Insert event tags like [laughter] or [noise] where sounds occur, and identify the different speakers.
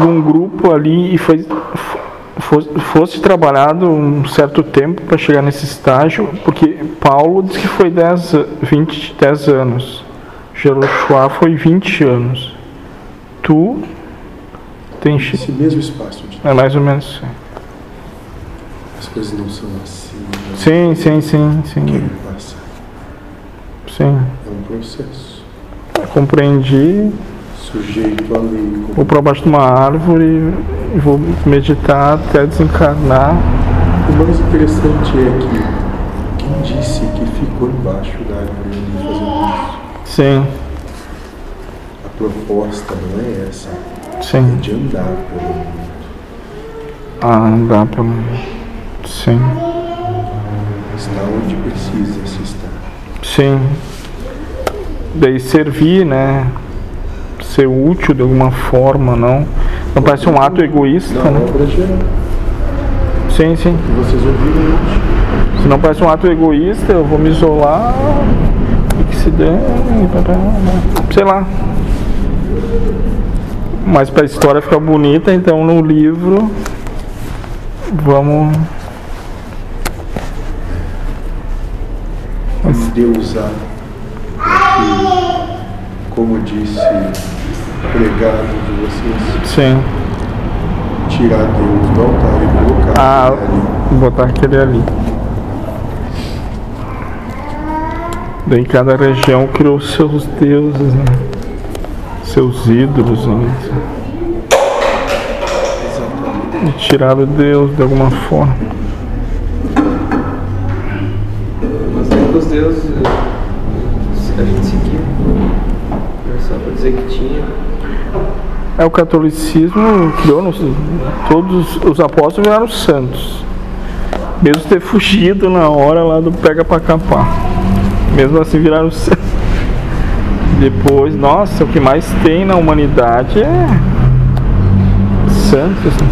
Speaker 1: de um grupo ali e foi, fosse, fosse trabalhado um certo tempo para chegar nesse estágio, porque Paulo diz que foi 10, 20, 10 anos, Jeroshua foi 20 anos. Tu tem.
Speaker 2: Esse mesmo espaço. onde
Speaker 1: É mais ou menos.
Speaker 2: As coisas não são assim. né?
Speaker 1: Sim, sim, sim,
Speaker 2: Quem
Speaker 1: sim.
Speaker 2: passa
Speaker 1: Sim.
Speaker 2: é um processo.
Speaker 1: Compreendi,
Speaker 2: Sujeito a lei.
Speaker 1: vou para baixo de uma árvore e vou meditar até desencarnar.
Speaker 2: O mais interessante é que quem disse que ficou embaixo da árvore ali fazendo isso?
Speaker 1: Sim,
Speaker 2: A proposta não é essa, é
Speaker 1: sim.
Speaker 2: de andar pelo mundo.
Speaker 1: Ah, dá pra. Sim,
Speaker 2: Está onde precisa se estar.
Speaker 1: sim. Daí servir, né? Ser útil de alguma forma, não. Não parece um ato
Speaker 2: Na
Speaker 1: egoísta, né?
Speaker 2: obra geral,
Speaker 1: Sim, sim.
Speaker 2: que vocês ouviram hoje.
Speaker 1: Se não parece um ato egoísta, eu vou me isolar e que se dane, blá, blá, blá. sei lá. Mas para a história ficar bonita, então no livro vamos
Speaker 2: Um Endeusar. que, Como disse o pregado de vocês,
Speaker 1: sim,
Speaker 2: tirar Deus do altar e colocar
Speaker 1: ah,
Speaker 2: ali.
Speaker 1: botar aquele é ali. Daí cada região criou seus deuses, né? seus ídolos, né?
Speaker 2: Exatamente.
Speaker 1: e tiraram Deus de alguma forma.
Speaker 3: Mas aí os deuses, eh, a gente seguia. Era Só pra dizer que tinha.
Speaker 1: É o catolicismo criou nos- todos os apóstolos viraram santos. Mesmo ter fugido na hora lá do pega pra capar. Mesmo assim viraram [laughs] santos. Depois, nossa, o que mais tem na humanidade é santos. né?